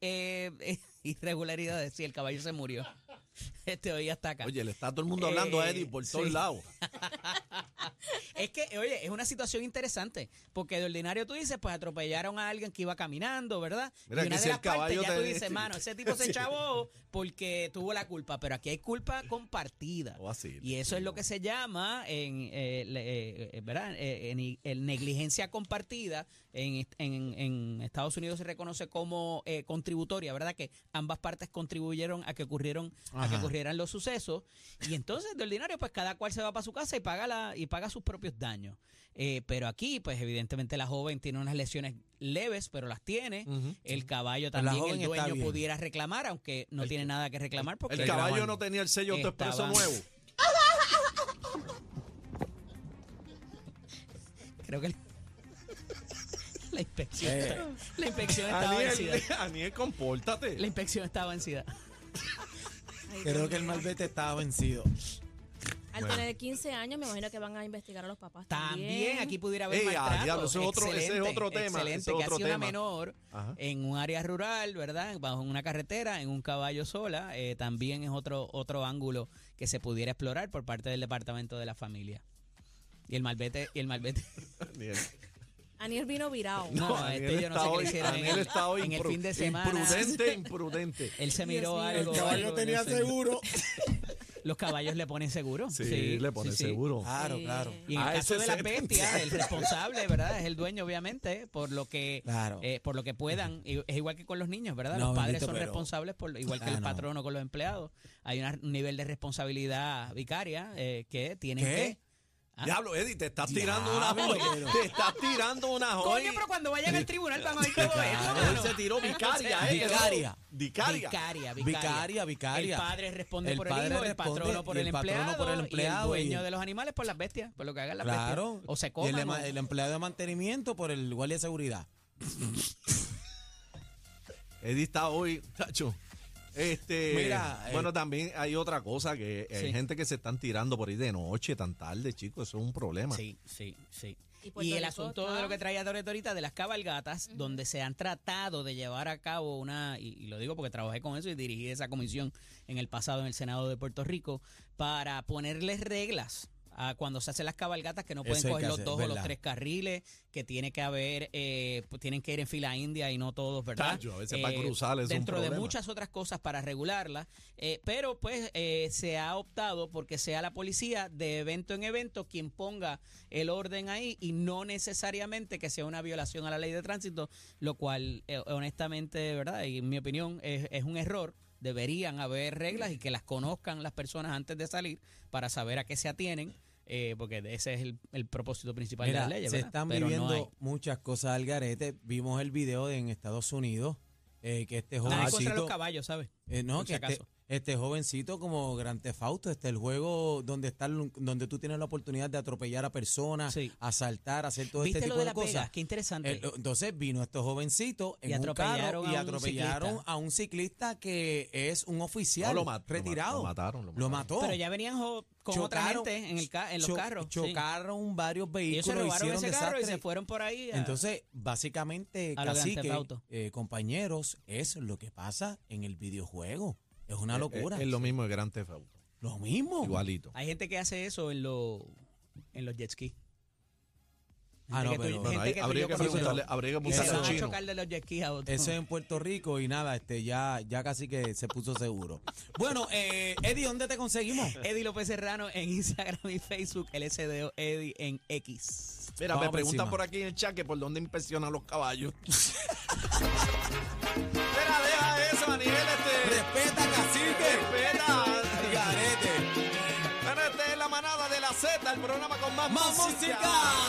eh, irregularidades, si el caballo se murió, este hoy hasta acá. Oye, le está todo el mundo hablando a Eh, Eddie por sí. todos lados. Es que, oye, es una situación interesante, porque de ordinario tú dices, pues atropellaron a alguien que iba caminando, ¿verdad? Mira, y que una si de el las partes caballo ya te- tú dices, mano, ese tipo se chavó porque tuvo la culpa, pero aquí hay culpa compartida. O Oh, así. Y eso es lo que se llama, en, eh, le- eh, ¿verdad? Eh, en, en negligencia compartida, en, en- en Estados Unidos se reconoce como eh, contributoria, ¿verdad? Que ambas partes contribuyeron a que ocurrieron, a que Ajá. ocurrieran los sucesos. Y entonces, de ordinario, pues cada cual se va para su casa y paga la, y paga sus propios varios daños. Eh, pero aquí, pues evidentemente la joven tiene unas lesiones leves, pero las tiene. Ujú. El caballo Pero la también, joven el está dueño bien. pudiera reclamar, aunque no tiene nada que reclamar porque El caballo grabando. no tenía el sello expreso Estaba- nuevo. creo que... La inspección, Eh. está- la inspección estaba vencida. Aniel, Aniel, compórtate. La inspección estaba vencida. Ay, Creo Dios que el mío. malvete estaba vencido. Al tener 15 años, me imagino que van a investigar a los papás también. También aquí pudiera haber Ey, ah, maltrato. diablo, ese es otro- ese es Excelente, otro tema, Excelente, ese es que otro hacía una tema. menor Ajá. en un área rural, ¿verdad? Bajo una carretera, en un caballo sola. eh, también es otro, otro ángulo que se pudiera explorar por parte del departamento de la familia. Y el malvete, y el malvete. Aniel. Aniel vino virado. No, Aniel este yo no sé está qué le hoy- hicieron en Aniel el- está hoy en el impru- fin de semana. Imprudente, imprudente. Él se Dios miró mío. algo. El caballo algo, tenía no sé. seguro. Los caballos le ponen seguro. Sí, le pone sí, sí. seguro. Claro, Sí. claro. Y en el Ah, ese caso de es las el- bestias, el responsable, ¿verdad? Es el dueño, obviamente, por lo que Claro. eh, por lo que puedan. Y Es igual que con los niños, ¿verdad? No, los padres bendito, son pero- responsables, por igual que Ah, el no. patrono con los empleados. Hay una- un nivel de responsabilidad vicaria eh, que tienen ¿Qué? que... Ah. Diablo, Eddie, te estás tirando una Diablo, joya. pero- Te estás tirando una Coño, joya. pero cuando vayan al tribunal van a ver todo eso. Él mano. se tiró vicaria, ¿eh? Vicaria. Vicaria. Vicaria, Vicaria, vicaria. El padre responde El por padre el hijo, el responde patrono por y el, el patrono empleado, por el empleado, y el dueño y- de los animales por las bestias, por lo que hagan las Claro. bestias. O se Y el, coman. ema- o- el empleado de mantenimiento por el guardia de seguridad. Eddie está hoy, chacho. Este, Mira, eh, bueno, también hay otra cosa que eh, hay Sí. gente que se están tirando por ahí de noche, tan tarde, chicos, eso es un problema. Sí, sí, sí. Y Puerto Y el Rico asunto está- de lo que traía Toreto ahorita, de las cabalgatas, donde se han tratado de llevar a cabo una, y, y lo digo porque trabajé con eso y dirigí esa comisión en el pasado en el Senado de Puerto Rico, para ponerles reglas a cuando se hacen las cabalgatas que no Eso pueden hay que coger los hacer, dos o los ¿verdad? tres carriles, que tiene que haber, eh, pues, tienen que ir en fila india y no todos, ¿verdad? Eh, Tacho, a veces para cruzar es un Dentro de problema. muchas otras cosas para regularlas, eh, pero pues eh, se ha optado porque sea la policía de evento en evento quien ponga el orden ahí y no necesariamente que sea una violación a la ley de tránsito, lo cual eh, honestamente, ¿verdad? Y en mi opinión es, es un error. Deberían haber reglas y que las conozcan las personas antes de salir para saber a qué se atienen, eh, porque ese es el, el propósito principal de Mira, las leyes. se ¿verdad? están Pero no viviendo hay. muchas cosas al garete. Vimos el video de en Estados Unidos eh, que este Nada Ah, en contra de jovencito... los caballos, ¿sabes? eh, no, por que si este, acaso. este jovencito como Gran Tefauto, este el juego donde está el- donde tú tienes la oportunidad de atropellar a personas, Sí. asaltar, hacer todo ¿Viste este lo tipo de de, Las cosas. Vegas? Qué interesante. Eh, lo- entonces vino estos jovencitos en Y un carro atropellaron y a un atropellaron ciclista. a un ciclista que es un oficial No, lo mat- lo retirado. mat- lo mataron, lo Lo mató. mataron. Pero ya venían jo- con otra Oh. Chocaron- gente en, el ca- en los cho- carros. sí. Chocaron varios Ellos se vehículos, robaron hicieron ese carro y desastre. se fueron por ahí. a- Entonces, básicamente, A lo Grand casi Theft que, Auto. compañeros, es lo que pasa en el videojuego. Es una locura. Eh, Es, es lo mismo de Gran Theft Auto, Lo mismo. igualito. hay gente que hace eso en, los en los jet ski. Ah, Gente no, que tú- pero- gente Bueno, ahí que tú y habría yo que conozco. preguntarle, habría que Que se preguntarle a van los a chinos. chocar de los jet skis a otros. Eso es en Puerto Rico y nada, este ya, ya casi que se puso seguro. Bueno, eh, Eddie, ¿dónde te conseguimos? Eddie López Serrano en Instagram y Facebook, LSDO Eddie en X. Mira, Vamos me por preguntan encima. por aquí en el chat que por dónde inspeccionan los caballos. Espera, deja eso, Aniel, este. Respeta, cacique. Espera. Al garete. este Bueno, esta es la manada de la Z, el programa con más, Más música.